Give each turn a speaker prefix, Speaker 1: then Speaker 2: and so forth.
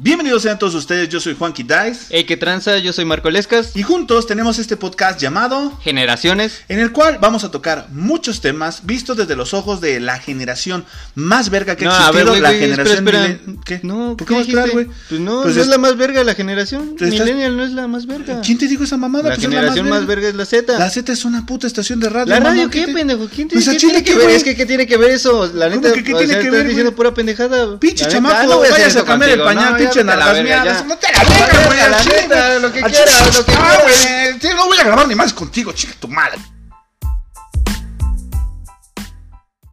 Speaker 1: Bienvenidos sean todos ustedes, yo soy Juan Quitais
Speaker 2: Hey, que tranza, yo soy Marco Lescas.
Speaker 1: y juntos tenemos este podcast llamado
Speaker 2: Generaciones.
Speaker 1: en el cual vamos a tocar muchos temas vistos desde los ojos de la generación más verga que ha
Speaker 2: No, a ver,
Speaker 1: existido,
Speaker 2: güey,
Speaker 1: la
Speaker 2: güey, espera,
Speaker 1: generación
Speaker 2: espera.
Speaker 1: milen- ¿Qué? ¿Por
Speaker 2: No, ¿qué
Speaker 1: qué vas a esperar,
Speaker 2: dijiste?
Speaker 1: güey?
Speaker 2: Pues no,
Speaker 1: Pues
Speaker 2: no es...
Speaker 1: es-
Speaker 2: la más verga la generación.
Speaker 1: Te estás-
Speaker 2: Millennial no es la más verga.
Speaker 1: ¿Quién te dijo esa mamada?
Speaker 2: la
Speaker 1: Pues es
Speaker 2: generación más verga es la Z.
Speaker 1: La Z es una puta estación de radio.
Speaker 2: ¿La
Speaker 1: mamá,
Speaker 2: radio
Speaker 1: ¿qué
Speaker 2: qué,
Speaker 1: te-
Speaker 2: pendejo? ¿Quién te
Speaker 1: Pues, ¿a
Speaker 2: ¿qué
Speaker 1: Chile
Speaker 2: tiene
Speaker 1: qué,
Speaker 2: que ver?
Speaker 1: güey?
Speaker 2: Es que ¿qué tiene que ver eso? La
Speaker 1: ¿Cómo
Speaker 2: neta,
Speaker 1: que qué
Speaker 2: o
Speaker 1: tiene
Speaker 2: sea,
Speaker 1: que
Speaker 2: estás
Speaker 1: ver,
Speaker 2: diciendo
Speaker 1: güey?
Speaker 2: pura pendejada.
Speaker 1: Pinche
Speaker 2: La neta,
Speaker 1: chamaco,
Speaker 2: ah, no,
Speaker 1: vayas
Speaker 2: váyanse
Speaker 1: a cambiar el
Speaker 2: contigo.
Speaker 1: pañal,
Speaker 2: No,
Speaker 1: pinche
Speaker 2: ya vete a
Speaker 1: nalgas
Speaker 2: verga,
Speaker 1: miadas.
Speaker 2: ya.
Speaker 1: No te la verga,
Speaker 2: Vete
Speaker 1: güey,
Speaker 2: a
Speaker 1: al
Speaker 2: la
Speaker 1: chile.
Speaker 2: neta, lo que
Speaker 1: Al
Speaker 2: quieras,
Speaker 1: chile.
Speaker 2: lo que
Speaker 1: Ah,
Speaker 2: quieras.
Speaker 1: güey, te- No voy a grabar ni más contigo, chica tu madre.